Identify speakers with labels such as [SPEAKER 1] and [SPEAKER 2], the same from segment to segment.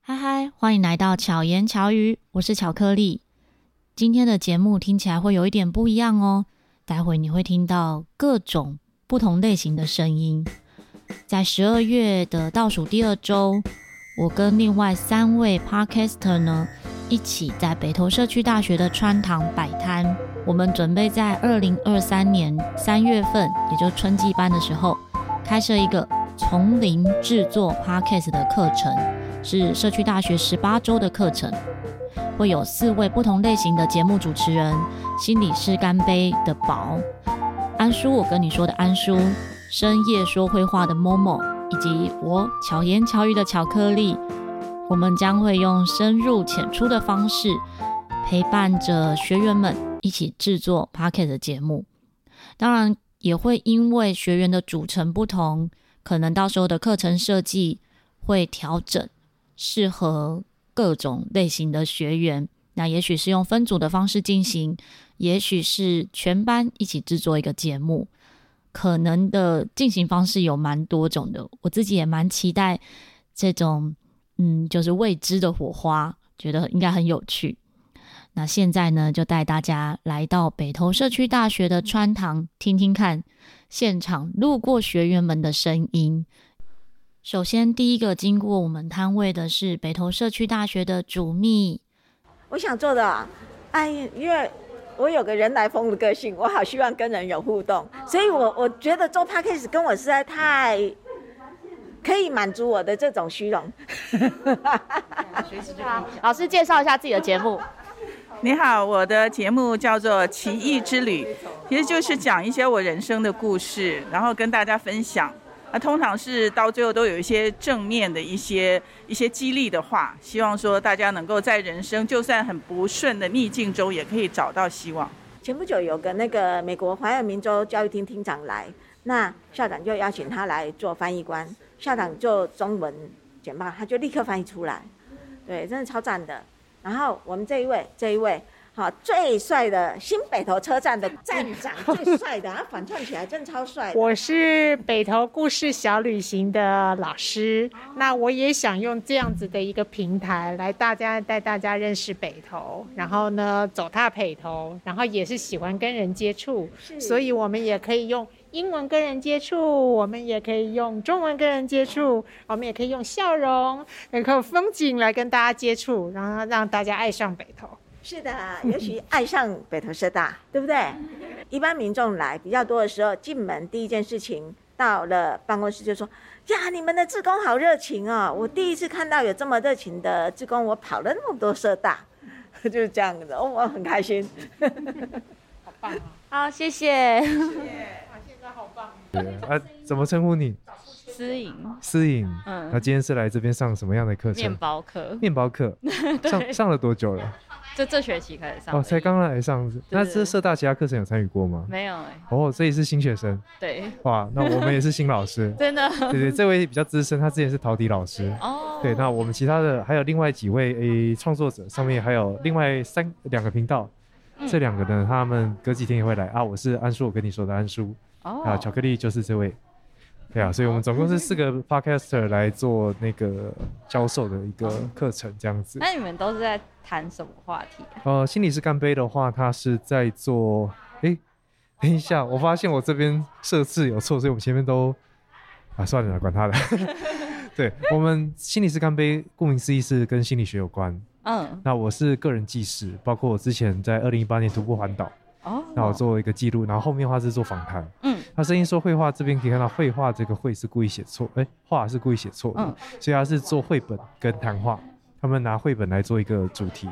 [SPEAKER 1] 嗨，欢迎来到巧言巧语，我是巧克力。今天的节目听起来会有一点不一样哦，待会你会听到各种不同类型的声音。在十二月的倒数第二周，我跟另外三位 podcaster 呢，一起在北投社区大学的穿堂摆摊。我们准备在二零二三年三月份，也就是春季班的时候，开设一个从零制作 podcast 的课程。是社区大学十八周的课程，会有四位不同类型的节目主持人，心理师干杯的宝，安叔我跟你说的安叔，深夜说会话的 Momo，以及我巧言巧语的巧克力，我们将会用深入浅出的方式，陪伴着学员们一起制作 Pocket 的节目，当然也会因为学员的组成不同，可能到时候的课程设计会调整。适合各种类型的学员。那也许是用分组的方式进行，也许是全班一起制作一个节目，可能的进行方式有蛮多种的。我自己也蛮期待这种，嗯，就是未知的火花，觉得应该很有趣。那现在呢，就带大家来到北投社区大学的穿堂，听听看现场路过学员们的声音。首先，第一个经过我们摊位的是北投社区大学的主秘，
[SPEAKER 2] 我想做的、啊，哎，因为我有个人来疯的个性，我好希望跟人有互动，所以我我觉得做 p a c k a g e 跟我实在太可以满足我的这种虚荣。
[SPEAKER 1] 老师介绍一下自己的节目。
[SPEAKER 3] 你好，我的节目叫做《奇异之旅》，其实就是讲一些我人生的故事，然后跟大家分享。啊，通常是到最后都有一些正面的一些一些激励的话，希望说大家能够在人生就算很不顺的逆境中，也可以找到希望。
[SPEAKER 2] 前不久有个那个美国怀俄明州教育厅厅长来，那校长就邀请他来做翻译官，校长就中文简报，他就立刻翻译出来，对，真的超赞的。然后我们这一位，这一位。好，最帅的新北投车站的站长，最帅的，他反串起来真超帅的。
[SPEAKER 4] 我是北投故事小旅行的老师，那我也想用这样子的一个平台来大家带大家认识北投，然后呢走踏北投，然后也是喜欢跟人接触，所以我们也可以用英文跟人接触，我们也可以用中文跟人接触，我们也可以用笑容，也可以用风景来跟大家接触，然后让大家爱上北投。
[SPEAKER 2] 是的，尤其爱上北投 师大，对不对？一般民众来比较多的时候，进门第一件事情到了办公室就说：“呀，你们的志工好热情
[SPEAKER 5] 嗯
[SPEAKER 2] 哦！我第一次看到有这么热情的志工，我跑了那么多社大， 就是这样子，哦，我很开心。
[SPEAKER 4] 好棒啊！
[SPEAKER 1] 好，谢谢
[SPEAKER 4] 哇，现在好棒。
[SPEAKER 6] 对啊，怎么称呼你？
[SPEAKER 7] 私营
[SPEAKER 6] 思颖。
[SPEAKER 7] 嗯
[SPEAKER 6] 那今天是来这边上什么样的课程
[SPEAKER 7] 面？包课，
[SPEAKER 6] 面包 课上上了多久了？
[SPEAKER 7] 就这学期开始上的。
[SPEAKER 6] 哦，才刚来上。那
[SPEAKER 7] 对
[SPEAKER 6] 这社大其他课程有参与过吗？
[SPEAKER 7] 没有哎、
[SPEAKER 6] 哦，这也是新学生
[SPEAKER 7] 对，。
[SPEAKER 6] 哇，那我们也是新老师
[SPEAKER 7] 真的
[SPEAKER 6] 对对，这位比较资深，他之前是陶笛老师。
[SPEAKER 7] 哦。
[SPEAKER 6] 对，那我们其他的还有另外几位诶创作者，上面还有另外三两个频道，
[SPEAKER 7] 嗯
[SPEAKER 6] 这两个呢，他们隔几天也会来啊。我是安叔，我跟你说的安叔
[SPEAKER 7] 哦，
[SPEAKER 6] 啊，巧克力就是这位。对啊，所以我们总共是四个 podcaster 来做那个教授的一个课程，这样子。
[SPEAKER 8] 哎
[SPEAKER 7] 那你们都是在谈什么话题、啊？
[SPEAKER 6] 呃，心理师干杯的话，他是在做，诶，等一下，我发现我这边设置有错，所以我们前面都啊算了啦，管他的。对我们心理师干杯，顾名思义是跟心理学有关。
[SPEAKER 7] 嗯，
[SPEAKER 6] 那我是个人纪实，包括我之前在二零一八年徒步环岛，
[SPEAKER 7] 哦，
[SPEAKER 6] 那我做一个记录，然后后面的话是做访谈。
[SPEAKER 7] 嗯，
[SPEAKER 6] 他声音说绘画这边可以看到，绘画这个绘是故意写错，诶，画是故意写错的，
[SPEAKER 7] 嗯
[SPEAKER 6] 所以他是做绘本跟谈话。他们拿绘本来做一个主题，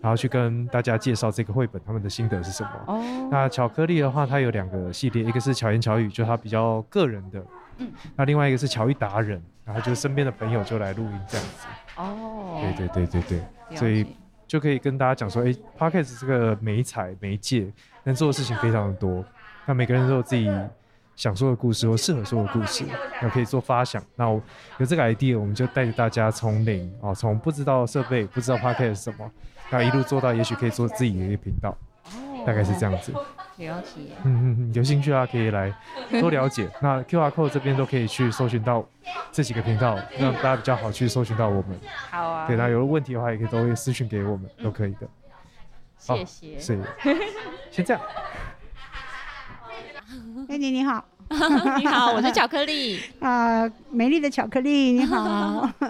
[SPEAKER 6] 然后去跟大家介绍这个绘本他们的心得是什么。
[SPEAKER 7] 哦，
[SPEAKER 6] 那巧克力的话，它有两个系列，一个是巧言巧语，就它比较个人的，
[SPEAKER 7] 嗯，
[SPEAKER 6] 那另外一个是巧遇达人，然后就是身边的朋友就来录音这样子。
[SPEAKER 7] 哦，
[SPEAKER 6] 对对对对对，
[SPEAKER 7] 对
[SPEAKER 6] 所以就可以跟大家讲说，诶 p o d c a s t 这个媒材媒介能做的事情非常的多，那每个人都有自己想说的故事或适合说的故事，那可以做发想。那我有这个 idea，我们就带着大家从零哦，从不知道设备、不知道 p o d c a s t 什么，那一路做到也许可以做自己的一个频道，大概是这样子。
[SPEAKER 7] 没问题。
[SPEAKER 6] 嗯嗯嗯，有兴趣啊，可以来多了解。那 QR code 这边都可以去搜寻到这几个频道，让大家比较好去搜寻到我们。
[SPEAKER 7] 好啊，
[SPEAKER 6] 对，那有问题的话也可以都会私讯给我们，都可以的。好
[SPEAKER 7] 谢谢。
[SPEAKER 6] 所以先这样，
[SPEAKER 9] 燕姐你好，
[SPEAKER 1] 你好，我是巧克 力。
[SPEAKER 9] 啊，美丽的巧克力你
[SPEAKER 1] 啊
[SPEAKER 9] 好，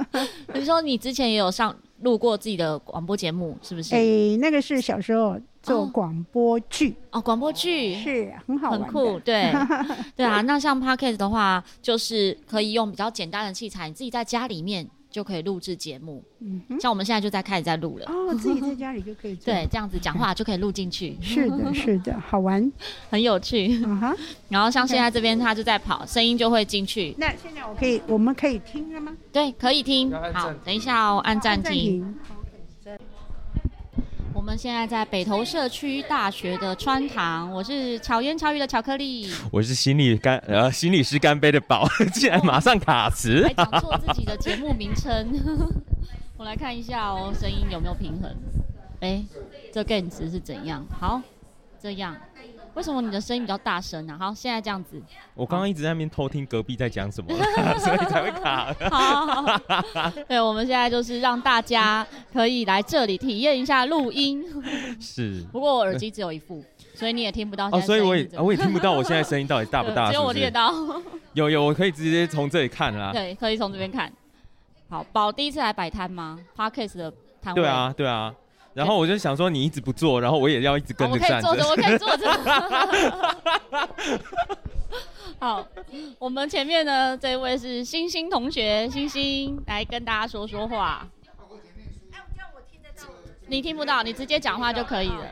[SPEAKER 1] 你说你之前也有上录过自己的广播节目，是不是？
[SPEAKER 9] 哎，那个是小时候做
[SPEAKER 1] 哦
[SPEAKER 9] 广播剧，
[SPEAKER 1] 哦，广播剧
[SPEAKER 9] 是很好玩
[SPEAKER 1] 很
[SPEAKER 9] 的，
[SPEAKER 1] 酷， 对对啊。那像 Podcast 的话，就是可以用比较简单的器材，你自己在家里面就可以录制节目。
[SPEAKER 9] 嗯哼，
[SPEAKER 1] 像我们现在就在开始在录了，
[SPEAKER 9] 哦，自己在家里就可以做，
[SPEAKER 1] 对，，这样子讲话就可以录进去，
[SPEAKER 9] 是的，是的，好玩，
[SPEAKER 1] 很有趣。
[SPEAKER 9] 啊哈，
[SPEAKER 1] 然后像现在这边他就在跑，声音就会进去，
[SPEAKER 9] 那现在我可以，我们可以听了吗？
[SPEAKER 1] 对，可以听
[SPEAKER 6] 要按。
[SPEAKER 1] 好
[SPEAKER 6] 暂，停
[SPEAKER 1] 等一下哦，按暂
[SPEAKER 9] 暂
[SPEAKER 1] 停。
[SPEAKER 9] 停，
[SPEAKER 1] 我们现在在北投社区大学的川堂，我是巧言巧语的巧克力，
[SPEAKER 10] 我是心理干呃心理师干杯的宝， 竟然马上卡词
[SPEAKER 1] 还。讲错自己的节目名称。 我来看一下哦，声音有没有平衡？哎，这 gain 值是怎样？好，这样。为什么你的声音比较大声呢、好，现在这样子。
[SPEAKER 10] 我刚刚一直在那边偷听隔壁在讲什么， 所以才会卡。
[SPEAKER 1] 好好好，对，我们现在就是让大家可以来这里体验一下录音。
[SPEAKER 10] 是
[SPEAKER 1] 不过我耳机只有一副，所以你也听不到现
[SPEAKER 10] 哦，
[SPEAKER 1] 在
[SPEAKER 10] 所以
[SPEAKER 1] 声音
[SPEAKER 10] 我
[SPEAKER 1] 是
[SPEAKER 10] 也
[SPEAKER 1] 怎么样。
[SPEAKER 10] 我也听不到我现在声音到底大不大，
[SPEAKER 1] 对只
[SPEAKER 10] 是
[SPEAKER 1] 有
[SPEAKER 10] 不
[SPEAKER 1] 我听得
[SPEAKER 10] 是？
[SPEAKER 1] 到。
[SPEAKER 10] 有有，我可以直接从这里看
[SPEAKER 11] 啊
[SPEAKER 10] 啦。
[SPEAKER 1] 对，可以从这边看。好，宝第一次来摆摊吗 p a r k a s 的摊位。
[SPEAKER 10] 对啊，对啊。然后我就想说，你一直不做，然后我也要一直
[SPEAKER 1] 好，
[SPEAKER 10] 跟
[SPEAKER 1] 哦我
[SPEAKER 10] 着
[SPEAKER 1] 可以
[SPEAKER 10] 站
[SPEAKER 1] 坐着，
[SPEAKER 10] 着。
[SPEAKER 1] 我可以坐着。 好，我们前面呢这位是星星同学，星星来跟大家说说话。你听不到，你直接讲话就可以了。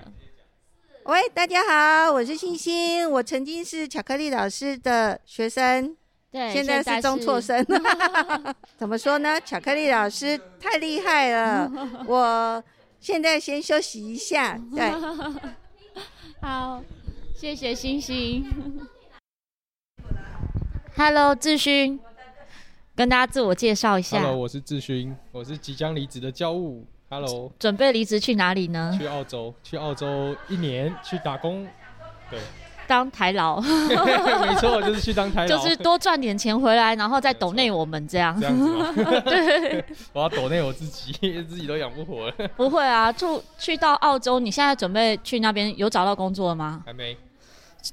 [SPEAKER 5] 喂，大家好，我是星星，我曾经是巧克力老师的学生，
[SPEAKER 1] 对，
[SPEAKER 5] 现在是中辍生。怎么说呢？巧克力老师太厉害了，我现在先休息一下。对，
[SPEAKER 1] 好，谢谢星星。Hello，志勋，跟大家自我介绍一下
[SPEAKER 11] Hello，我是志勋，我是即将离职的教务。Hello，
[SPEAKER 1] 准备离职去哪里呢？
[SPEAKER 11] 去澳洲，去澳洲一年去打工，
[SPEAKER 1] 当台劳，
[SPEAKER 11] 没错，就是去当台
[SPEAKER 1] 就
[SPEAKER 11] 劳，
[SPEAKER 1] 是多赚点钱回来，然后再抖内我们这样
[SPEAKER 11] 这。样子吗？
[SPEAKER 1] 对，
[SPEAKER 11] 我要抖内我自己， 自己都养不活了，
[SPEAKER 1] 不会啊，就去到澳洲，你现在准备去那边有找到工作吗？
[SPEAKER 11] 还没。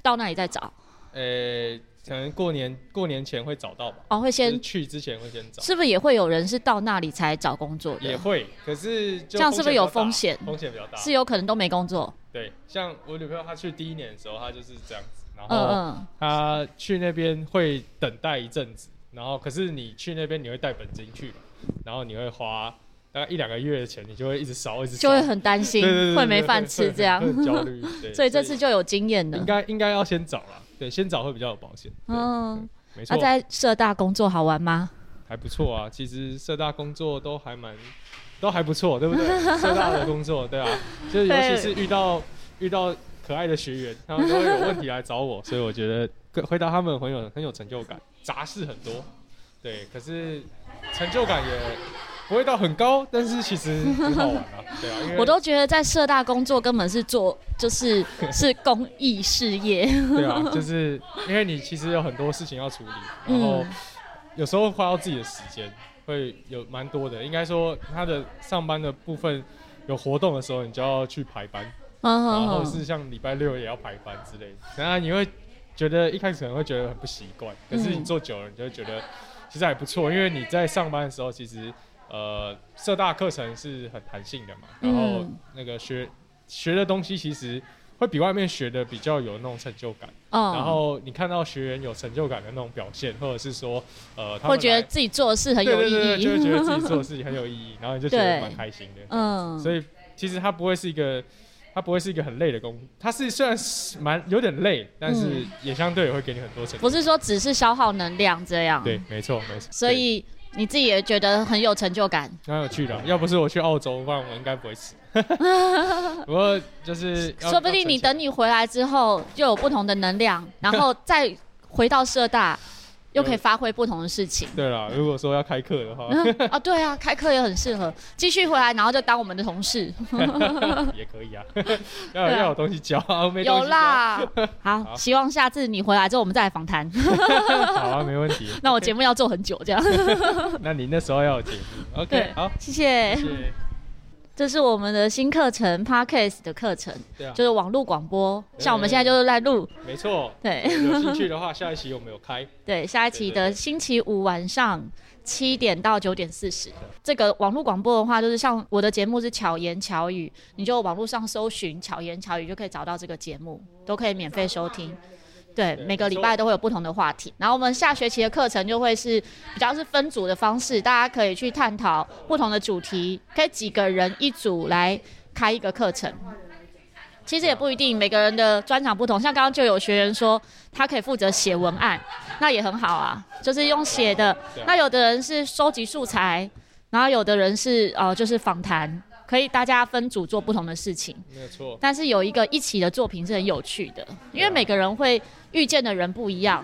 [SPEAKER 1] 到那里再找
[SPEAKER 11] 呃、可能过年过年前会找到吧，
[SPEAKER 1] 哦，
[SPEAKER 11] 就
[SPEAKER 1] 会
[SPEAKER 11] 是
[SPEAKER 1] 先
[SPEAKER 11] 去之前会先找，
[SPEAKER 1] 是不是也会有人是到那里才找工作
[SPEAKER 11] 也
[SPEAKER 1] 的？
[SPEAKER 11] 会，啊可是就
[SPEAKER 1] 这样是不是有风险
[SPEAKER 11] 风险比较大？
[SPEAKER 1] 是有可能都没工作。
[SPEAKER 11] 对，像我女朋友她去第一年的时候，她就是这样子，然后。
[SPEAKER 1] 嗯嗯，
[SPEAKER 11] 他去那边会等待一阵子，然后可是你去那边你会带本金去嘛，然后你会花大概一两个月的钱，你就会一直烧，一直烧
[SPEAKER 1] 就会很担
[SPEAKER 11] 对
[SPEAKER 1] 心
[SPEAKER 11] 对对对
[SPEAKER 1] 会没饭吃这样
[SPEAKER 11] 会。很焦虑。对，
[SPEAKER 1] 所以这次就有经验
[SPEAKER 11] 应
[SPEAKER 1] 了。
[SPEAKER 11] 该应该要先找啦，对，先找会比较有保险。
[SPEAKER 1] 嗯
[SPEAKER 11] 嗯，，没
[SPEAKER 1] 那
[SPEAKER 11] 错，
[SPEAKER 1] 啊在社大工作好玩吗？
[SPEAKER 11] 还不错啊。其实社大工作都还蛮都还不错，对不对？社大的工作，对啊，就是尤其是遇到遇到可爱的学员，他们都会有问题来找我，所以我觉得跟回答他们很有很有成就感。杂事很多，对，可是成就感也不会到很高，但是其实很好玩啊，对啊，因为
[SPEAKER 1] 我都觉得在社大工作根本是做 就是是公益事业。
[SPEAKER 11] 对啊，就是因为你其实有很多事情要处理，然后
[SPEAKER 1] 嗯
[SPEAKER 11] 有时候花到自己的时间会有蛮多的。应该说他的上班的部分有活动的时候，你就要去排班，
[SPEAKER 1] 嗯
[SPEAKER 11] 然后
[SPEAKER 1] 嗯嗯，
[SPEAKER 11] 是像礼拜六也要排班之类的。然后你会觉得一开始可能会觉得很不习惯，可是你
[SPEAKER 1] 嗯
[SPEAKER 11] 做久了，你就会觉得其实还不错，因为你在上班的时候其实。呃，社大课程是很弹性的嘛，然后
[SPEAKER 1] 嗯
[SPEAKER 11] 那个学、学的东西其实会比外面学的比较有那种成就感。
[SPEAKER 1] 嗯
[SPEAKER 11] 然后你看到学员有成就感的那种表现，或者是说，呃，他们
[SPEAKER 1] 会觉得
[SPEAKER 11] 来
[SPEAKER 1] 自己做的事很有
[SPEAKER 11] 对
[SPEAKER 1] 意义。
[SPEAKER 11] 对对，就会觉得自己做的事情很有意义，然后你就觉
[SPEAKER 1] 对
[SPEAKER 11] 得蛮开心的。
[SPEAKER 1] 嗯，
[SPEAKER 11] 所以其实它不会是一个，它不会是一个很累的工，它是虽然是蛮有点累，但是
[SPEAKER 1] 嗯
[SPEAKER 11] 也相对也会给你很多成就
[SPEAKER 1] 不
[SPEAKER 11] 感。
[SPEAKER 1] 是说只是消耗能量这样。
[SPEAKER 11] 对，没错没错。
[SPEAKER 1] 所以你自己也觉得很有成就感。
[SPEAKER 11] 对蛮有趣的啊，要不是我去澳洲，不然我应该不会 死。不过就是要
[SPEAKER 1] 说不定你等，你回来之后，又有不同的能量，然后再回到社大，又可以发挥不同的事情。
[SPEAKER 11] 对啦，如果说要开课 的话，
[SPEAKER 1] 嗯啊，对啊，开课也很适合，继续回来，然后就当我们的同事。
[SPEAKER 11] 也可 以啊，要有要有东西教啊，没东西
[SPEAKER 1] 有
[SPEAKER 11] 教，
[SPEAKER 1] 啦， 好，希望下次你回来之后，我们再来 访 谈。
[SPEAKER 11] 好啊，没问题。
[SPEAKER 1] 那我节目要做很久，这样。
[SPEAKER 11] 那你那时候要有节目，OK，好，
[SPEAKER 1] 谢谢。
[SPEAKER 11] 谢
[SPEAKER 1] 这是我们的新课程 Podcast 的课程，
[SPEAKER 11] 对啊
[SPEAKER 1] 就是网络广播，
[SPEAKER 11] 对
[SPEAKER 1] 像我们现在就是在录。
[SPEAKER 11] 没错，
[SPEAKER 1] 对
[SPEAKER 11] 有兴趣的话，下一期我们有开，
[SPEAKER 1] 对，下一期
[SPEAKER 11] 对对
[SPEAKER 1] 的星期五晚上七点到九点四十，这个网络广播的话，就是像我的节目是巧言巧语，你就网络上搜寻巧言巧语就可以找到这个节目，都可以免费收听。对，每个礼拜都会有不同的话题，然后我们下学期的课程就会是比较是分组的方式，大家可以去探讨不同的主题，可以几个人一组来开一个课程。其实也不一定，每个人的专长不同。像刚刚就有学员说，他可以负责写文案，那也很好啊，就是用写的
[SPEAKER 7] 对啊。
[SPEAKER 1] 那有的人是收集素材，然后有的人是呃就是访谈，可以大家分组做不同的事情。
[SPEAKER 11] 没有错，
[SPEAKER 1] 但是有一个一起的作品是很有趣的，因为每个人会遇见的人不一样。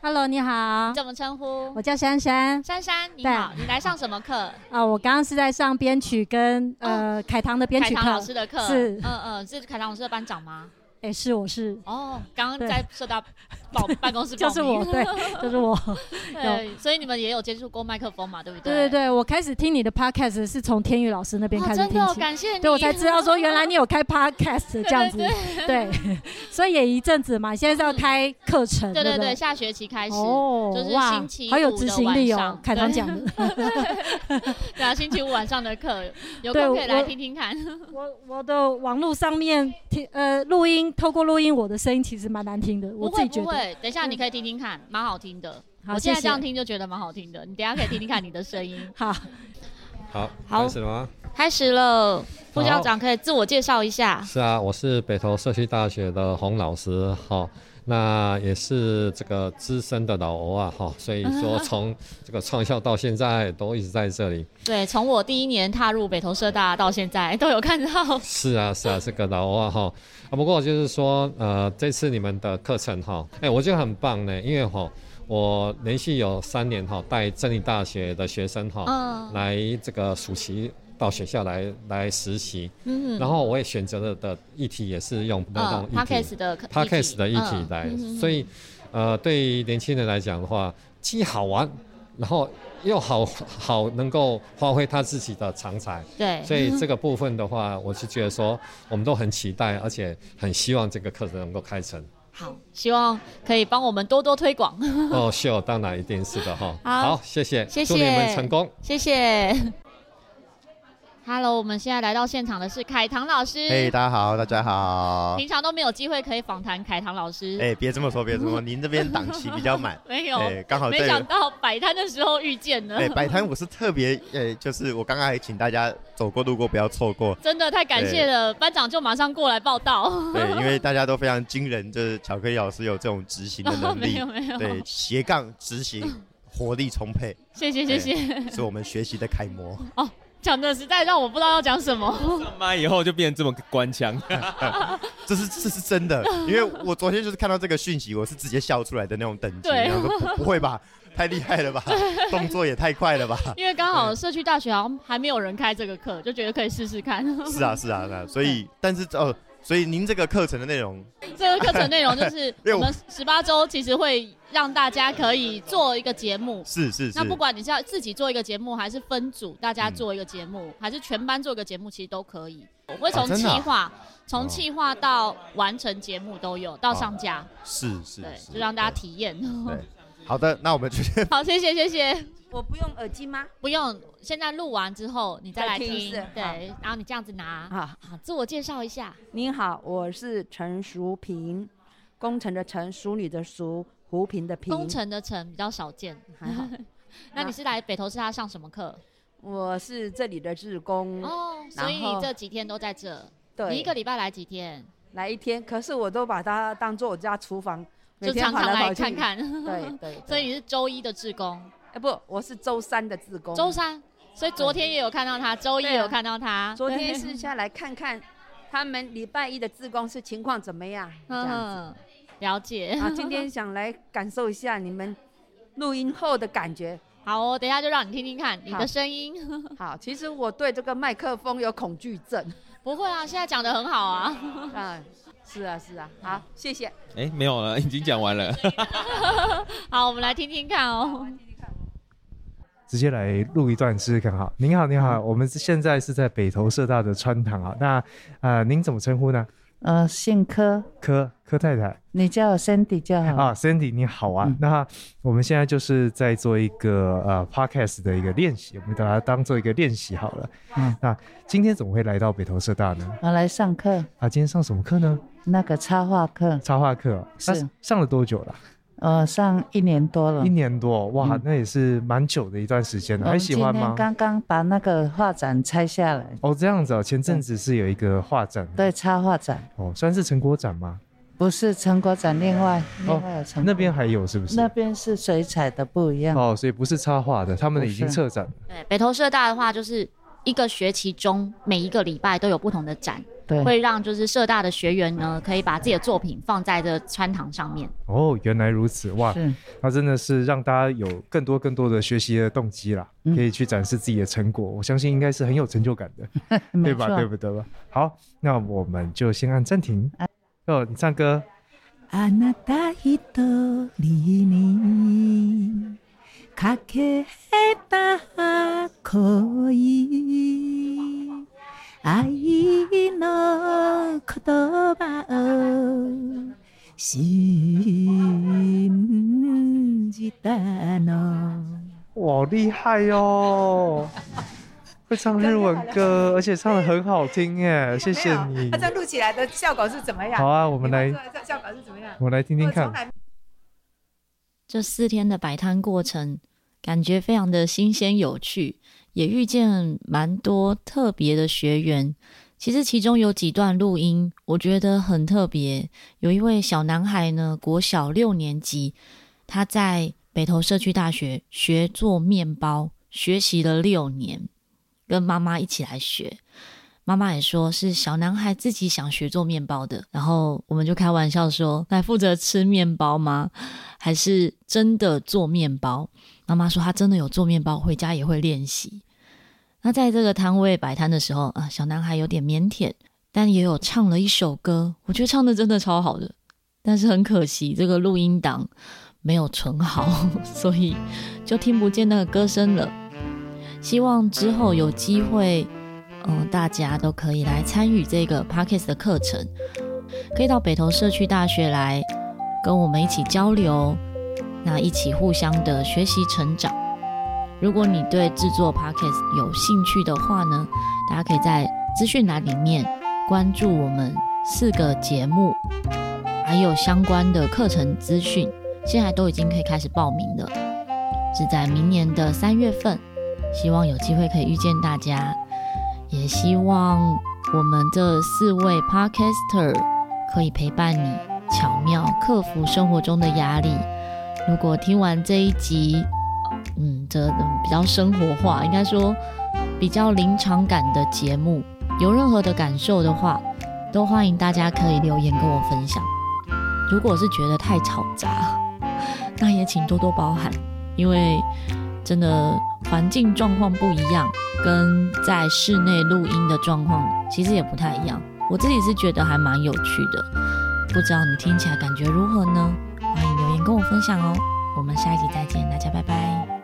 [SPEAKER 12] Hello，你好，
[SPEAKER 1] 怎么称呼？
[SPEAKER 12] 我叫珊珊。
[SPEAKER 1] 珊珊，你
[SPEAKER 12] 对
[SPEAKER 1] 好，你来上什么课？
[SPEAKER 12] 啊、我刚刚是在上编曲跟呃凯堂的编
[SPEAKER 1] 哦凯
[SPEAKER 12] 曲
[SPEAKER 1] 堂
[SPEAKER 12] 课，
[SPEAKER 1] 老师的课。
[SPEAKER 12] 是，
[SPEAKER 1] 嗯嗯，是凯堂老师的班长吗？
[SPEAKER 12] 哎、是我是，
[SPEAKER 1] 哦，刚刚
[SPEAKER 12] 对
[SPEAKER 1] 在社大报办公室报
[SPEAKER 12] 就
[SPEAKER 1] 名，
[SPEAKER 12] 是 我，对，就是我。有
[SPEAKER 1] 对，所以你们也有接触过麦克风嘛，对不
[SPEAKER 12] 对
[SPEAKER 1] 对
[SPEAKER 12] 对对，我开始听你的 podcast 是从天宇老师那边
[SPEAKER 1] 哦
[SPEAKER 12] 开始
[SPEAKER 1] 真
[SPEAKER 12] 听
[SPEAKER 1] 的哦
[SPEAKER 12] 起，
[SPEAKER 1] 感谢
[SPEAKER 12] 对我
[SPEAKER 1] 你
[SPEAKER 12] 才知道说原来你有开 podcast 这样子，
[SPEAKER 1] 对
[SPEAKER 12] 对 所以也一阵子嘛，现在是要开课程，
[SPEAKER 1] 对
[SPEAKER 12] 嗯对不
[SPEAKER 1] 对，下学期开始，
[SPEAKER 12] 哦，
[SPEAKER 1] 就是
[SPEAKER 12] 哇
[SPEAKER 1] 星期，
[SPEAKER 12] 好有
[SPEAKER 1] 五
[SPEAKER 12] 执
[SPEAKER 1] 的
[SPEAKER 12] 行
[SPEAKER 1] 晚
[SPEAKER 12] 力哦
[SPEAKER 1] 上，
[SPEAKER 12] 凯堂
[SPEAKER 1] 对
[SPEAKER 12] 讲的。
[SPEAKER 1] 对 啊，星期五晚上 的课，有
[SPEAKER 12] 对
[SPEAKER 1] 空可以来
[SPEAKER 12] 我
[SPEAKER 1] 听听看。
[SPEAKER 12] 我我的网络上面听呃录音，透过录音我的声音其实蛮难听的，我
[SPEAKER 1] 不
[SPEAKER 12] 自
[SPEAKER 1] 会
[SPEAKER 12] 己觉
[SPEAKER 1] 不
[SPEAKER 12] 得。嗯
[SPEAKER 1] 会，等一下你可以听听看，蛮好听的。
[SPEAKER 12] 好
[SPEAKER 1] 我
[SPEAKER 12] 谢
[SPEAKER 1] 现在
[SPEAKER 12] 谢
[SPEAKER 1] 这样听就觉得蛮好听的，你等一下可以听听看你的声音。
[SPEAKER 12] 好，
[SPEAKER 13] 好，
[SPEAKER 1] 好
[SPEAKER 13] 开始了吗？
[SPEAKER 1] 开始了，副校
[SPEAKER 13] 好
[SPEAKER 1] 长可以自我介绍一下。
[SPEAKER 13] 是啊，我是北投社区大学的洪老师，哈、那也是这个资深的老欧啊，哈、所以说从这个创校到现在都一直在这里。
[SPEAKER 1] 对，从我第一年踏入北投社大到现在，都有看到。
[SPEAKER 13] 是啊，是啊，这个老欧啊，哈、啊，不过就是说，呃，这次你们的课程哈，哎、我觉得很棒呢，因为哈、我连续有三年哈带正义大学的学生哈、
[SPEAKER 1] 哦
[SPEAKER 14] 嗯
[SPEAKER 13] 来这个暑期到学校来来实习，
[SPEAKER 1] 嗯
[SPEAKER 13] 然后我也选择了的议题也是用那种
[SPEAKER 1] 嗯
[SPEAKER 13] 议题、
[SPEAKER 1] ，podcast 的课
[SPEAKER 13] podcast 的议题
[SPEAKER 1] 嗯
[SPEAKER 13] 来，
[SPEAKER 1] 嗯哼
[SPEAKER 13] 所以呃，对于年轻人来讲的话，既好玩，然后又哦好好能够发挥他自己的长才。
[SPEAKER 1] 对
[SPEAKER 13] 所以这个部分的话，我是觉得说，我们都很期待，而且很希望这个课程能够开 成。
[SPEAKER 1] 好，希望可以帮我们多多推广。
[SPEAKER 13] 哦，秀，当然一定是的哈。
[SPEAKER 1] 好
[SPEAKER 13] 谢谢，
[SPEAKER 1] 谢谢，
[SPEAKER 13] 祝你们成功。
[SPEAKER 1] 谢谢。Hello，我们现在来到现场的是凯唐老师。
[SPEAKER 14] 嘿、大家好，大家好。
[SPEAKER 1] 平常都没有机会可以访谈凯唐老师。。
[SPEAKER 14] 哎、别这么说，别这 么说，您这边档期比较满
[SPEAKER 1] 没有
[SPEAKER 14] 哎，刚好
[SPEAKER 1] 没
[SPEAKER 14] 在
[SPEAKER 1] 想到摆摊的时候遇见了。
[SPEAKER 14] 哎、摆摊我是特别，哎、就是我刚刚还请大家走过路过不要错过。
[SPEAKER 1] 真的太感谢了，班长就马上过来报道。
[SPEAKER 14] 对，因为大家都非常惊人，就是巧克力老师有这种执行的能力，
[SPEAKER 1] 没有没有
[SPEAKER 14] 对，斜杠执行，活力充沛。
[SPEAKER 1] 谢谢谢谢哦
[SPEAKER 14] 哎是我们学习的楷模。
[SPEAKER 1] 讲的实在让我不知道要讲什么。
[SPEAKER 10] 妈以后就变这么官 腔，
[SPEAKER 14] 这是这是真的，因为我昨天就是看到这个讯息，我是直接笑出来的那种等级，
[SPEAKER 1] 对
[SPEAKER 14] 然后说不不会吧，太厉害了吧，动作也太快了吧。
[SPEAKER 1] 因为刚好社区大学好像还没有人开这个课，就觉得可以试试看。
[SPEAKER 14] 是啊，是啊，是啊，所以但是哦，所以您这个课程的内容，
[SPEAKER 1] 这个课程内容就是
[SPEAKER 14] 因为
[SPEAKER 1] 我
[SPEAKER 14] 我
[SPEAKER 1] 们十八周其实会让大家可以做一个节目。
[SPEAKER 14] 是是是
[SPEAKER 1] 那不管你是要自己做一个节目，还是分组大家做一个节
[SPEAKER 14] 嗯
[SPEAKER 1] 目，还是全班做一个节目，其实都可以。我会从
[SPEAKER 14] 啊真
[SPEAKER 1] 企
[SPEAKER 14] 的啊
[SPEAKER 1] 划，从企划到完成节目都有，到上架，
[SPEAKER 14] 哦是是
[SPEAKER 1] 对，
[SPEAKER 14] 是，
[SPEAKER 1] 就让大家体 验。
[SPEAKER 14] 对，好的，那我们就先
[SPEAKER 1] 好，谢谢谢谢。
[SPEAKER 8] 我不用耳机吗？
[SPEAKER 1] 不用，现在录完之后你再来
[SPEAKER 8] 再听一
[SPEAKER 1] 听
[SPEAKER 8] 次，
[SPEAKER 1] 对，然后你这样子拿，
[SPEAKER 8] 好，
[SPEAKER 1] 好，自我介绍一下。
[SPEAKER 8] 您好，我是陈淑萍，工程的陈，淑女的淑，胡萍的萍。
[SPEAKER 1] 工程的程比较少见，
[SPEAKER 8] 还好。
[SPEAKER 1] 那你是来北投师大上什么课？
[SPEAKER 8] 我是这里的志工
[SPEAKER 1] 哦，所以
[SPEAKER 8] 嗯然
[SPEAKER 1] 你
[SPEAKER 8] 后
[SPEAKER 1] 这几天都在这，
[SPEAKER 8] 对
[SPEAKER 1] 你一个礼拜来几天？
[SPEAKER 8] 来一天，可是我都把它当做我家厨房，每
[SPEAKER 1] 就
[SPEAKER 8] 天
[SPEAKER 1] 常
[SPEAKER 8] 跑
[SPEAKER 1] 常
[SPEAKER 8] 来
[SPEAKER 1] 来
[SPEAKER 8] 跑去
[SPEAKER 1] 看看。
[SPEAKER 8] 对对，
[SPEAKER 1] 所以你是周一的志工，
[SPEAKER 8] 哎不，我是周三的志工。
[SPEAKER 1] 周三，所以昨天也有看到他，周一也有看到他，
[SPEAKER 8] 啊昨
[SPEAKER 1] 对
[SPEAKER 8] 天是 下来看看他们礼拜一的志工是情况怎么样，这样子。
[SPEAKER 1] 嗯，了解。
[SPEAKER 8] 啊，今天想来感受一下你们录音后的感觉。
[SPEAKER 15] 好哦，等一下就让你听听看你
[SPEAKER 8] 好
[SPEAKER 15] 的声 音。
[SPEAKER 8] 好，其实我对这个麦克风有恐惧症。
[SPEAKER 15] 不会啊，现在讲的很好啊。
[SPEAKER 8] 嗯，是啊，是啊。好，谢谢。
[SPEAKER 10] 哎、没有了，已经讲完了。
[SPEAKER 15] 好，我们来听听看哦。
[SPEAKER 6] 直接来录一段试试看哈。您好，您
[SPEAKER 16] 嗯
[SPEAKER 6] 好，我们是现在是在北投社大的川堂啊。那呃，您怎么称呼呢？
[SPEAKER 16] 呃，姓柯，
[SPEAKER 6] 柯柯太太
[SPEAKER 16] 你叫我 Cindy 就好。
[SPEAKER 6] 啊，Sandy 你好啊。
[SPEAKER 16] 嗯
[SPEAKER 6] 那我们现在就是在做一个呃 podcast 的一个练习，我们把它当做一个练习好了。
[SPEAKER 16] 嗯，
[SPEAKER 6] 那今天怎么会来到北投社大呢？
[SPEAKER 16] 我来上课，
[SPEAKER 6] 啊，今天上什么课呢？
[SPEAKER 16] 那个插画课，
[SPEAKER 6] 插画课哦、那
[SPEAKER 16] 是
[SPEAKER 6] 上了多久了？
[SPEAKER 16] 呃，上一年多了。
[SPEAKER 6] 一年多哦，哇，
[SPEAKER 16] 嗯
[SPEAKER 6] 那也是蛮久的一段时间
[SPEAKER 16] 我
[SPEAKER 6] 了。
[SPEAKER 16] 们
[SPEAKER 6] 还喜欢
[SPEAKER 16] 今
[SPEAKER 6] 吗
[SPEAKER 16] 天？刚刚把那个画展拆下来，
[SPEAKER 6] 哦，这样子哦，前阵子是有一个画展，
[SPEAKER 16] 对，插画展
[SPEAKER 6] 哦，算是成果展吗？
[SPEAKER 16] 不是成果展，另外另外有
[SPEAKER 6] 哦
[SPEAKER 16] 成，
[SPEAKER 6] 那边还有是不是？
[SPEAKER 16] 那边是水彩的不一样。
[SPEAKER 6] 哦，所以不是插画的，他们
[SPEAKER 16] 不
[SPEAKER 6] 已经
[SPEAKER 16] 是
[SPEAKER 6] 撤展了。
[SPEAKER 15] 对，北投社大的话，就是一个学期中每一个礼拜都有不同的展，
[SPEAKER 6] 对
[SPEAKER 15] 会让就是社大的学员呢，可以把自己的作品放在这穿堂上面。
[SPEAKER 6] 哦，原来如此，哇，那真的是让大家有更多更多的学习的动机啦，
[SPEAKER 16] 嗯
[SPEAKER 6] 可以去展示自己的成果，我相信应该是很有成就感的，对吧？
[SPEAKER 16] 嗯没错
[SPEAKER 6] 对不对吧？好，那我们就先按暂停。
[SPEAKER 16] 哎
[SPEAKER 6] 哦，你唱歌，
[SPEAKER 17] あなた一人にかけた恋愛の言葉を信じたの
[SPEAKER 6] 哇，厉害哟、哦！会唱日文歌，而且唱的很好听耶，谢谢你
[SPEAKER 18] 那。这样录起来的效果是怎么样？
[SPEAKER 6] 好啊，我们来，
[SPEAKER 18] 这效果是怎么样？
[SPEAKER 6] 我们来听听看。
[SPEAKER 1] 这四天的摆摊过程，感觉非常的新鲜有趣，也遇见蛮多特别的学员。其实其中有几段录音，我觉得很特别。有一位小男孩呢，国小六年级，他在北投社区大学学做面包，学习了六年，跟妈妈一起来学。妈妈也说是小男孩自己想学做面包的，然后我们就开玩笑说，来负责吃面包吗？还是真的做面包？妈妈说她真的有做面包，回家也会练习。那在这个摊位摆摊的时候啊、小男孩有点腼腆，但也有唱了一首歌，我觉得唱的真的超好的，但是很可惜这个录音档没有存好， 所以就听不见那个歌声了。希望之后有机会，嗯、大家都可以来参与这个 Parkes 的课程，可以到北投社区大学来跟我们一起交流，那一起互相的学习成长。如果你对制作 Podcast 有兴趣的话呢，大家可以在资讯栏里面关注我们四个节目，还有相关的课程资讯，现在都已经可以开始报名了，是在明年的三月份，希望有机会可以遇见大家，也希望我们这四位 Podcaster 可以陪伴你，巧妙克服生活中的压力。如果听完这一集，嗯，这嗯比较生活化，应该说比较临场感的节目，有任何的感受的话，都欢迎大家可以留言跟我分享。如果是觉得太吵杂， 那也请多多包涵，因为真的环境状况不一样，跟在室内录音的状况其实也不太一样。我自己是觉得还蛮有趣的，不知道你听起来感觉如何呢？欢迎留言跟我分享哦。我们下一集再见，大家拜拜。